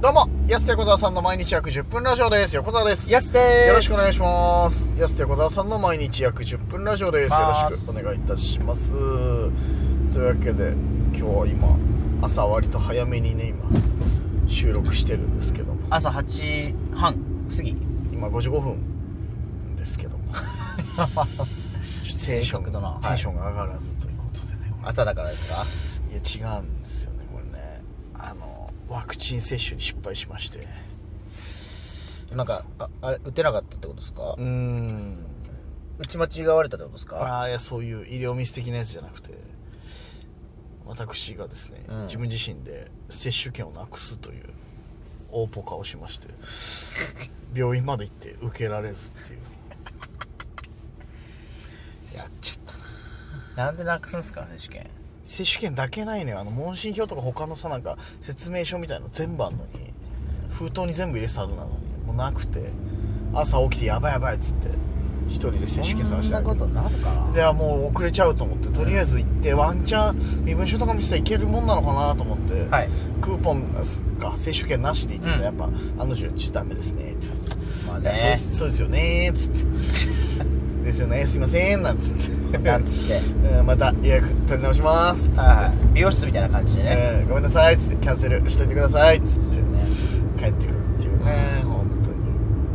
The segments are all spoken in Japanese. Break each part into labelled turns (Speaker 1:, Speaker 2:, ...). Speaker 1: どうも、安手小沢さんの毎日約10分ラジオです。横澤です。
Speaker 2: やすです
Speaker 1: よろしくお願い
Speaker 2: し
Speaker 1: します。安手小沢さんの毎日約10分ラジオです。よろしくお願いいたします。というわけで、今日は今、朝割と早めにね、今、収録してるんですけども、
Speaker 2: 朝8時半過ぎ
Speaker 1: 今55分ですけど も、ちょっとテンション
Speaker 2: 正確だなはい
Speaker 1: テンションが上がらずということでね、これ
Speaker 2: 朝だからです
Speaker 1: いや違うんですよねこれねあのワクチン接種に失敗しまして
Speaker 2: かなんかああれ打てなかったってことですか、
Speaker 1: うーん
Speaker 2: 打ち間違われたってことですか
Speaker 1: ああいやそういう医療ミス的なやつじゃなくて私がですね、
Speaker 2: うん
Speaker 1: 自分自身で接種券をなくすという大ポカをしまして病院まで行って受けられずっていうやっちゃったな
Speaker 2: なんでなくすんすか選手権
Speaker 1: 接種券だけないのよあの問診票とか他のさなんか説明書みたいの全部あんのに封筒に全部入れてたはずなのにもうなくて朝起きてやばいやばいっつって一人で接種券探してた
Speaker 2: そん
Speaker 1: け
Speaker 2: な
Speaker 1: ど
Speaker 2: ことなるかな
Speaker 1: ではもう遅れちゃうと思ってとりあえず行ってワンチャン身分証とか見せたらいけるもんなのかなと思って、
Speaker 2: はい
Speaker 1: クーポンか接種券なしで行ってたら、
Speaker 2: うん
Speaker 1: やっぱ案の定ちょっとダメですねって言われて
Speaker 2: ま
Speaker 1: いや
Speaker 2: あ
Speaker 1: そう
Speaker 2: ね
Speaker 1: ですそうですよねーっつって ですよねすいませんなんつって
Speaker 2: なんつって
Speaker 1: うんまた予約取り直しますっつって、
Speaker 2: はい美容室みたいな感じでね、
Speaker 1: えーごめんなさいっつってキャンセルしといてくださいっつって
Speaker 2: ね
Speaker 1: 帰ってくるっていうね本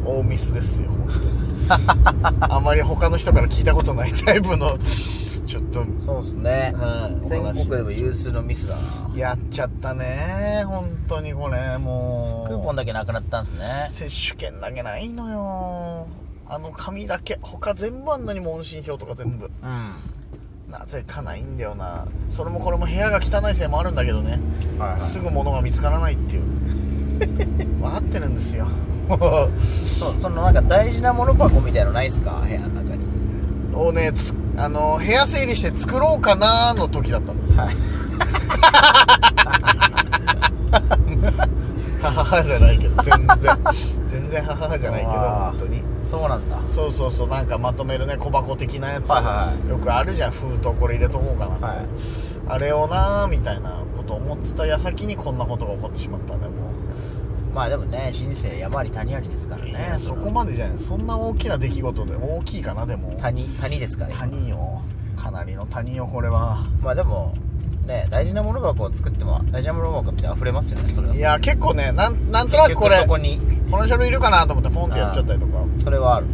Speaker 1: 当に大ミスですよ本 当にあまり他の人から聞いたことないタイプのちょっと
Speaker 2: そうですね、
Speaker 1: はい
Speaker 2: 全国で
Speaker 1: お
Speaker 2: も
Speaker 1: 話
Speaker 2: 有数のミスだな
Speaker 1: やっちゃったね本当にこれもう
Speaker 2: クーポンだけなくなったんですね
Speaker 1: 接種券だけないのよあの紙だけ他全部あんなに問診票とか全部
Speaker 2: うん
Speaker 1: なぜかないんだよなそれもこれも部屋が汚いせいもあるんだけどね
Speaker 2: はい、はい、
Speaker 1: す
Speaker 2: そ
Speaker 1: ぐ物が見つからないっていう 分かってるんですよ
Speaker 2: うそのなんか大事なもの箱みたいのないっすか部屋の中に
Speaker 1: をねつあの部屋整理して作ろうかなーの時だったの
Speaker 2: はい
Speaker 1: 母じゃないけど全然全然母じゃないけど
Speaker 2: うわ
Speaker 1: 本
Speaker 2: ー
Speaker 1: 当に
Speaker 2: そうなんだ
Speaker 1: そうそうそうなんかまとめるね小箱的なやつ、
Speaker 2: はいは
Speaker 1: よくあるじゃん封筒これ入れとこうかな、
Speaker 2: はい
Speaker 1: あれをなーみたいなこと思ってた矢先にこんなことが起こってしまったねも
Speaker 2: まあでもね人生山あり谷ありですから
Speaker 1: う
Speaker 2: ね
Speaker 1: ねそこまでじゃないそんな大きな出来事で大きいかなでも
Speaker 2: 谷谷ですから今
Speaker 1: 谷よかなりの谷よこれは
Speaker 2: まあでもね大事なもの箱を作っても大事なもの箱って溢れますよねそれはい
Speaker 1: や結構ねなんなんとなくこ
Speaker 2: 結局
Speaker 1: れ
Speaker 2: そこに
Speaker 1: この書類いるかなと思ってポンってやっちゃったりとか
Speaker 2: それはある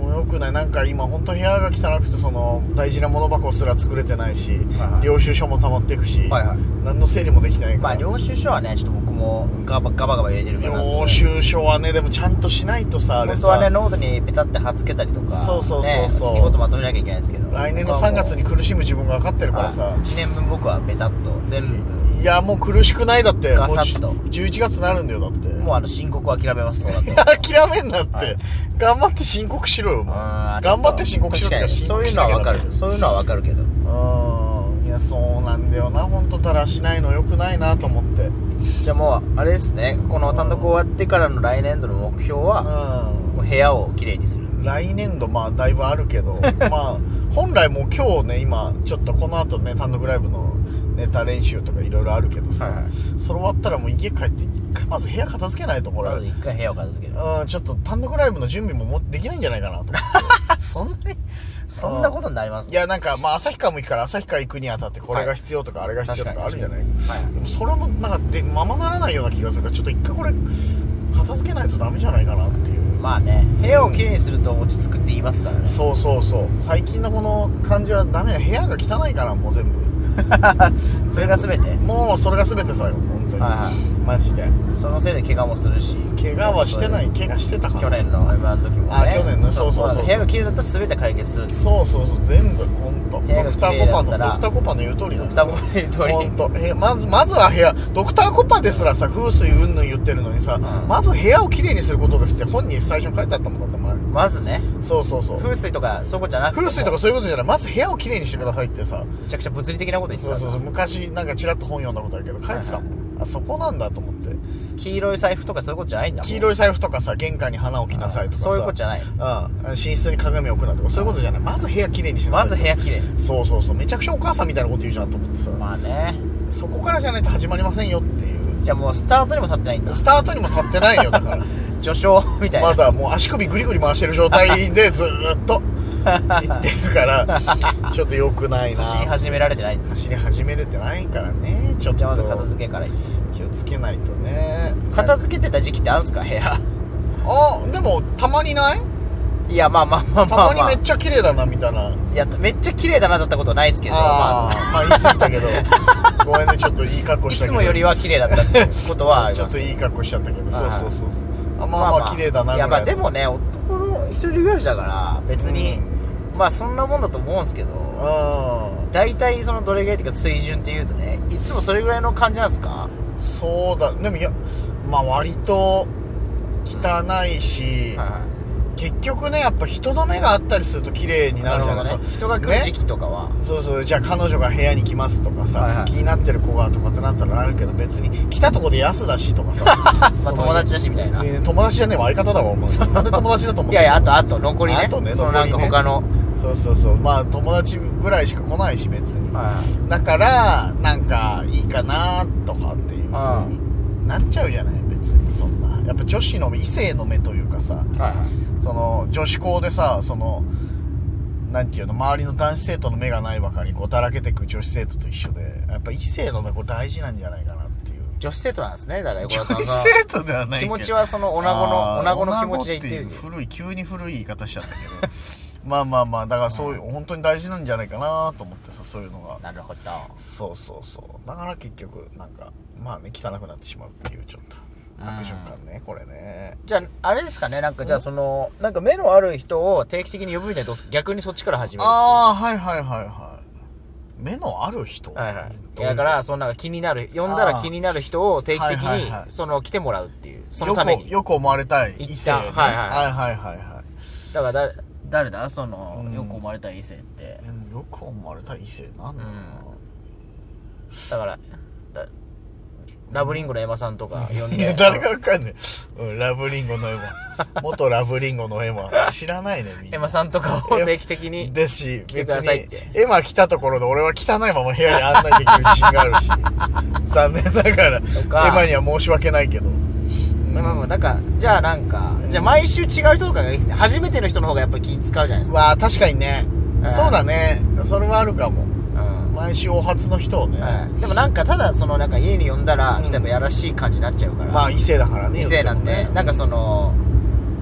Speaker 1: もうよくないなんか今ほんと部屋が汚くてその大事な物箱すら作れてないし、
Speaker 2: はいはい
Speaker 1: 領収書も溜まっていくし、
Speaker 2: はいはい
Speaker 1: 何の整理もできてない
Speaker 2: ま
Speaker 1: か
Speaker 2: あ
Speaker 1: ら、
Speaker 2: 領収書はねちょっと僕もガバガバガバ入れてるからなんで
Speaker 1: 領収書はねでもちゃんとしないとさあれ
Speaker 2: 本当
Speaker 1: さ、
Speaker 2: はねノートにペタって貼っつけたりとか
Speaker 1: そうそうそうそう
Speaker 2: ね好きことまとめなきゃいけないんですけど
Speaker 1: 来年の3月に苦しむ自分が分かってるからさ、
Speaker 2: 1年分僕はペタッと全部
Speaker 1: いやもう苦しくないだって
Speaker 2: ガサッと
Speaker 1: もう11月になるんだよだって
Speaker 2: もうあの申告を諦めますそうだと
Speaker 1: 諦めんなって、
Speaker 2: はい
Speaker 1: 頑張って申告しろよもう
Speaker 2: あー
Speaker 1: 頑張って申告しろと
Speaker 2: 確
Speaker 1: か
Speaker 2: かに
Speaker 1: 申
Speaker 2: そう
Speaker 1: 告
Speaker 2: いう
Speaker 1: し
Speaker 2: の
Speaker 1: な
Speaker 2: は
Speaker 1: きゃ
Speaker 2: わ
Speaker 1: ダ
Speaker 2: か
Speaker 1: メ
Speaker 2: るそういうのはわかるけど
Speaker 1: うんいやそうなんだよなほんとだらしないのよくないなと思って
Speaker 2: じゃあもうあれですねこの単独終わってからの来年度の目標は
Speaker 1: う
Speaker 2: もう部屋をきれいにする
Speaker 1: ん来年度まあだいぶあるけ どまあ本来もう今日ね今ちょっとこの後ね単独ライブのネタ練習とかいろいろあるけどさ、
Speaker 2: はいはい
Speaker 1: それ終わったらもう家帰って一回まず部屋片付けないとこれ、
Speaker 2: ま
Speaker 1: う
Speaker 2: ず一回部屋を片付ける
Speaker 1: ん、ちょっと単独ライブの準備ももうできないんじゃないかなと思って
Speaker 2: あ そんなにそんなことになります
Speaker 1: いやなんかまあ旭川も行くから旭川行くにあたってこれが必要とかあれが必要とかあるじゃない、
Speaker 2: はい
Speaker 1: でもそれもなんかでままならないような気がするからちょっと一回これ片付けないとダメじゃないかなっていう
Speaker 2: まあね部屋をきれいにすると落ち着くって言いますからね
Speaker 1: そうそうそう最近のこの感じはダメだ部屋が汚いからもう全部
Speaker 2: それが全てはい
Speaker 1: もうそれが全てさよ本当に、
Speaker 2: はい
Speaker 1: マジで
Speaker 2: そのせいで怪我もするし
Speaker 1: 怪我はしてないい怪我してたから
Speaker 2: 去年の M1 の時もね
Speaker 1: あ去年のそうそうそう
Speaker 2: 部屋がきれいだったら全て解決するんです
Speaker 1: そうそうそう全部本当。
Speaker 2: 部
Speaker 1: ド
Speaker 2: 屋が
Speaker 1: ク
Speaker 2: 綺
Speaker 1: ターコ
Speaker 2: 麗だ
Speaker 1: パ
Speaker 2: っ
Speaker 1: の
Speaker 2: た
Speaker 1: ド
Speaker 2: ら
Speaker 1: クターコパの言う通りだ
Speaker 2: ドクターコパの言う通り
Speaker 1: 本当えまずまずは部屋ドクターコパですらさ風水云々言ってるのにさ、
Speaker 2: ん
Speaker 1: まず部屋をきれいにすることですって本に最初書いてあったもんだって前
Speaker 2: まずね
Speaker 1: そうそうそう
Speaker 2: 風水とかそういうことじゃなくても
Speaker 1: 風水とかそういうことじゃないまず部屋をきれいにしてくださいってさ
Speaker 2: めちゃくちゃ物理的なこと言って
Speaker 1: そ
Speaker 2: た
Speaker 1: うそうそう
Speaker 2: う
Speaker 1: 昔なんかちらっと本読んだことあるけど書いてたもん、あそこなんだと思って
Speaker 2: 黄色い財布とかそういうことじゃないんだもん
Speaker 1: 黄
Speaker 2: い
Speaker 1: 色い財布とかさ玄関に花置きなさいとかさ
Speaker 2: そういうことじゃない
Speaker 1: うん寝室に鏡置くなとかそういうことじゃないまず部屋きれいにしな
Speaker 2: ま
Speaker 1: さい
Speaker 2: ず部屋きれい
Speaker 1: そうそうそうめちゃくちゃお母さんみたいなこと言うじゃんと思ってさ
Speaker 2: まあね
Speaker 1: そこからじゃないと始まりませんよっていう
Speaker 2: じゃあもうスタートにも立ってないんだ
Speaker 1: スタートにも立ってないよだ から
Speaker 2: 序章みたいな
Speaker 1: まだもう足首グリグリ回してる状態でずーっと 行ってるからちょっと良くないな
Speaker 2: 走り始められてない
Speaker 1: 走り始めれてないからねちょっ
Speaker 2: じゃあまず
Speaker 1: と
Speaker 2: 片付けからいい
Speaker 1: 気をつけないとね
Speaker 2: 片付けてた時期ってあんすか部屋
Speaker 1: あでもたまにない
Speaker 2: いやまあまあまあ
Speaker 1: た
Speaker 2: まあ、
Speaker 1: まに
Speaker 2: まあ
Speaker 1: めっちゃ綺麗だなみたいな、
Speaker 2: いやめっちゃ綺麗だなだったことないですけど
Speaker 1: あ
Speaker 2: まあ
Speaker 1: ー、まあ、言い過ぎた けどごめんねちょっといい格好
Speaker 2: い
Speaker 1: したけど
Speaker 2: つもよりは綺麗だったってことはあり
Speaker 1: ちょ
Speaker 2: ま
Speaker 1: っ
Speaker 2: す
Speaker 1: といい格好しちゃったけど
Speaker 2: はい
Speaker 1: そうそうそうそうあまあまあ綺麗だなぐら
Speaker 2: いや
Speaker 1: い
Speaker 2: まあでもね男の一人暮らしだから別に、まあそんなもんだと思うんすけ
Speaker 1: うん
Speaker 2: ど大体そのどれぐらいっていうか水準っていうとねいつもそれぐらいの感じなんすか
Speaker 1: そうだでもいやまあ割と汚いし、
Speaker 2: は
Speaker 1: 結局ねやっぱ人止めがあったりすると綺麗に
Speaker 2: い
Speaker 1: な
Speaker 2: な
Speaker 1: る
Speaker 2: る
Speaker 1: じ
Speaker 2: ほ
Speaker 1: ゃない
Speaker 2: どね
Speaker 1: そう
Speaker 2: 人が来る時期とかは、
Speaker 1: そうそうじゃあ彼女が部屋に来ますとかさ、
Speaker 2: はいはい
Speaker 1: 気になってる子がとかってなったらあるけど別に来たとこで安だしとか さ
Speaker 2: まあ友達だしみたいな
Speaker 1: ね友達じゃねえわ相方だわお前なんで友達だと思って
Speaker 2: いやいやあとあと残りね
Speaker 1: あとね
Speaker 2: そ
Speaker 1: 残
Speaker 2: のな
Speaker 1: り
Speaker 2: ん
Speaker 1: ね
Speaker 2: か他の、
Speaker 1: そうそうそうまあ友達ぐらいしか来ないし別に
Speaker 2: はい
Speaker 1: だからなんかいいかなとかっていう風になっちゃうじゃない別にそんなやっぱ女子の目異性の目というかさ
Speaker 2: はいはい
Speaker 1: その女子校でさそのなんていうの周りの男子生徒の目がないばかりこうだらけてく女子生徒と一緒でやっぱ異性の目これ大事なんじゃないかなっていう
Speaker 2: 女子生徒なんですねだから横
Speaker 1: 女
Speaker 2: 田さん
Speaker 1: 子
Speaker 2: が
Speaker 1: 生徒ではない
Speaker 2: 気
Speaker 1: けど
Speaker 2: 持ちはその女子の
Speaker 1: あー
Speaker 2: 女子の気持ちで言ってる
Speaker 1: 女子っていう古い急に古い言い方しちゃったけど まあまあまあだからそういう本当に大事なんじゃないかなと思ってさそういうのが
Speaker 2: なるほど
Speaker 1: そうそうそうだから結局なんかまあね汚くなってしまうっていうちょっと
Speaker 2: うん
Speaker 1: 悪循環ねこれね
Speaker 2: じゃああれですかねなんかじゃあそのなんか目のある人を定期的に呼ぶみたいなどうすか逆にそっちから始める
Speaker 1: ああはいはいはいはい目のある人
Speaker 2: はいはい
Speaker 1: どう
Speaker 2: だからそのなんか気になる呼んだら気になる人を定期的
Speaker 1: はいはいはい
Speaker 2: にその来てもらうっていうそのため
Speaker 1: よ
Speaker 2: に
Speaker 1: くよく思われたい
Speaker 2: 一旦
Speaker 1: 異性ね
Speaker 2: はい
Speaker 1: は
Speaker 2: はいい
Speaker 1: はいはいは
Speaker 2: だからだ誰だその
Speaker 1: うん
Speaker 2: よく思われた異性って
Speaker 1: いでもよく思われたい異性なんだろうな
Speaker 2: だからだラブリンゴのエマさんとか呼ん
Speaker 1: いや、
Speaker 2: で
Speaker 1: 誰がわかんねえ。うん、ラブリンゴのエ マ。元ラブリンゴのエマ。知らないね、みんな。
Speaker 2: エマさんとかを定期的に
Speaker 1: だし、
Speaker 2: 来て
Speaker 1: 別
Speaker 2: くださいっ
Speaker 1: に
Speaker 2: て、
Speaker 1: エマ来たところで俺は汚いまま部屋に案内できる自信があるし。 残念ながら、エ
Speaker 2: か
Speaker 1: マには申し訳ないけど。
Speaker 2: まあまあまあ、なんか、じゃあなんか、じゃあ毎週違う人とかがいいですね。初めての人の方がやっぱり気使うじゃないですか。
Speaker 1: まあ、確かにね
Speaker 2: う。ん
Speaker 1: そうだね。それはあるかも。
Speaker 2: うん。
Speaker 1: 毎週お初の人をね。
Speaker 2: はいでもなんか、ただそのなんか家に呼んだら、
Speaker 1: うん
Speaker 2: ちょっとやっぱやらしい感じになっちゃうから。
Speaker 1: まあ、異性だからね。
Speaker 2: 異性なんで、
Speaker 1: 言ってもね
Speaker 2: なんかその、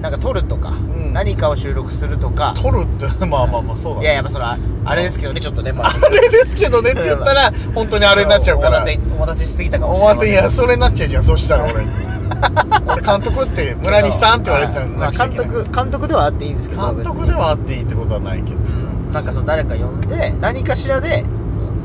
Speaker 2: なんか撮るとか、
Speaker 1: ん
Speaker 2: 何かを収録するとか、
Speaker 1: 撮るって、 まあまあまあ、そうだ
Speaker 2: いや
Speaker 1: ね。
Speaker 2: やっぱその、ああれですけどね、ちょっとね、まあ。
Speaker 1: あれですけどねって言った ら、本当にあれになっちゃうから
Speaker 2: お。待たせ、お待たせしすぎたかもし
Speaker 1: お
Speaker 2: れない。
Speaker 1: 待たせいやそれになっちゃうじゃんそしたら 俺俺監督って村西さんって言われてたん
Speaker 2: まあ
Speaker 1: だ
Speaker 2: 監督、監督ではあっていいんですけど、
Speaker 1: 監督ではあっていいってことはないけど
Speaker 2: 別
Speaker 1: さ
Speaker 2: に、うんなんかその誰か呼んで、何かしらで、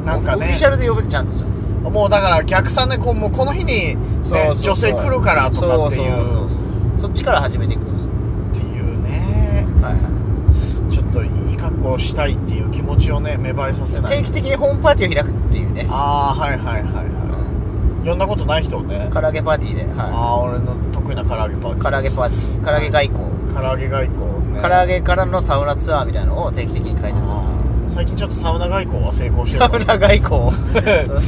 Speaker 1: なんかね
Speaker 2: オフィシャルで呼ぶちゃんとじゃん。
Speaker 1: もうだから逆算でこうもうこの日に、ね、
Speaker 2: そうそうそう
Speaker 1: 女性来るからとかっていう
Speaker 2: そうそうそうそうそっちから始めていくんですよ
Speaker 1: っていうね
Speaker 2: はいは
Speaker 1: ちょっといい格好をしたいっていう気持ちをね芽生えさせない
Speaker 2: 定
Speaker 1: い
Speaker 2: 期的にホームパーティーを開くっていうね
Speaker 1: ああはいはいはいはい呼んだことない人をね
Speaker 2: 唐揚げパーティーで、は
Speaker 1: ああー俺の得意な唐揚げパーテ
Speaker 2: い、唐
Speaker 1: ィ
Speaker 2: 揚げパーティー唐揚げ外交
Speaker 1: ー唐揚げ外交ね
Speaker 2: 唐揚げからのサウナツアーみたいなのを定期的に開催する
Speaker 1: あー最近ちょっとサウナ外交は成功して
Speaker 2: サ
Speaker 1: る
Speaker 2: ウナ外 交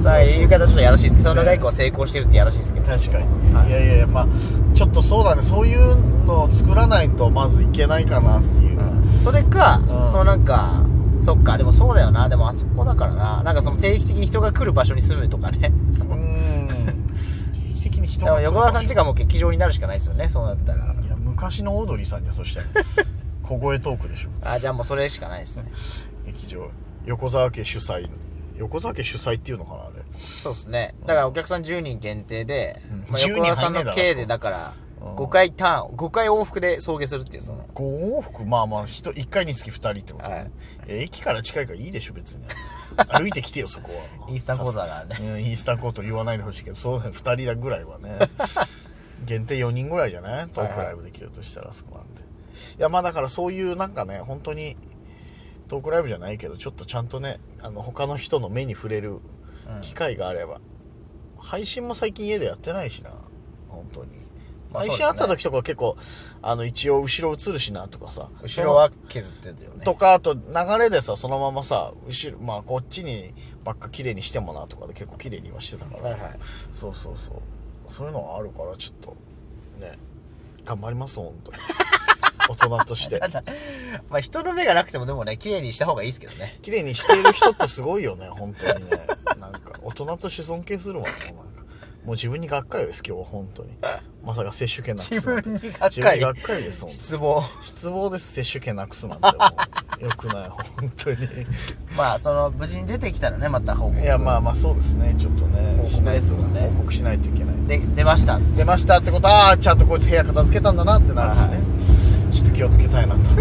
Speaker 2: さあ言い方ちょっとやらしいですけどサウナ外交は成功してるってやらしいですけど
Speaker 1: 確かに、
Speaker 2: はい
Speaker 1: い、やいやいやまあちょっとそうだねそういうのを作らないとまずいけないかなっていう、
Speaker 2: それか、
Speaker 1: うん
Speaker 2: そのなんかそっかでもそうだよなでもあそこだからななんかその定期的に人が来る場所に住むと かね
Speaker 1: うーん定期的に人
Speaker 2: でも横川さんち
Speaker 1: が
Speaker 2: がもう劇場になるしかないですよねそうなったら
Speaker 1: いや昔のオードリーさんじゃそしたら小声トークでしょ
Speaker 2: あじゃあもうそれしかないですね
Speaker 1: 劇場横沢家主催横沢家主催っていうのかなあれ
Speaker 2: そうですねだからお客さん10人限定で、
Speaker 1: うん
Speaker 2: まあ、
Speaker 1: 10
Speaker 2: 横川さんの
Speaker 1: 入んねえだろ
Speaker 2: 計でだから
Speaker 1: うん
Speaker 2: 5回ターン5回往復で送迎するっていうその
Speaker 1: 5往復まあまあ人1回につき2人ってこと、ね
Speaker 2: はい
Speaker 1: え駅から近いからいいでしょ 別に歩いてきてよそこは
Speaker 2: インスタ講座があるね
Speaker 1: うんインスタコート言わないでほしいけどそうだね2人だぐらいはね限定4人ぐらいじゃないトークライブできるとしたらそこなんていやまあだからそういうなんかね本当にトークライブじゃないけどちょっとちゃんとねあの他の人の目に触れる機会があれば、配信も最近家でやってないしな本当に
Speaker 2: まあ
Speaker 1: 配信
Speaker 2: そ
Speaker 1: あ
Speaker 2: う
Speaker 1: っ
Speaker 2: ですね
Speaker 1: た時とか結構、あの、一応後ろ映るしなとかさ。
Speaker 2: 後ろは削ってるよね
Speaker 1: とか、あと流れでさ、そのままさ、後ろ、まあこっちにばっか綺麗にしてもなとかで結構綺麗にはしてたから、
Speaker 2: はいはい
Speaker 1: そうそうそう。そういうのはあるから、ちょっと、ね、頑張ります、本 当に。大人として。
Speaker 2: まあ人の目がなくてもでもね綺麗にした方がいいですけどね
Speaker 1: 綺麗にしている人ってすごいよね、 本当にね。なんか、大人として尊敬するわ、もうなんか。もう自分にがっかりです、今日は、本当に。まさか接種券なくすなんて。
Speaker 2: 自分にがっかり
Speaker 1: 自分にがっかりです、本当に
Speaker 2: 失望
Speaker 1: 失望です、接種券なくすなんて。 もうよくない、本当に。
Speaker 2: まあその無事に出てきたらねまた報告
Speaker 1: いや、まあまあ、そうですね、ちょっとね。
Speaker 2: 報告ですもんね
Speaker 1: 報告しないといけない。
Speaker 2: で出ましたっつって
Speaker 1: 出ましたってことは、ああ、ちゃんとこいつ部屋片付けたんだなってなるしね。ちょっと気をつけたいなと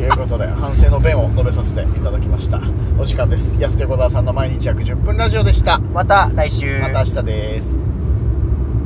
Speaker 1: いうことで反省の弁を述べさせていただきましたお時間です安手小沢さんの毎日約10分ラジオでした
Speaker 2: また来週
Speaker 1: また明日です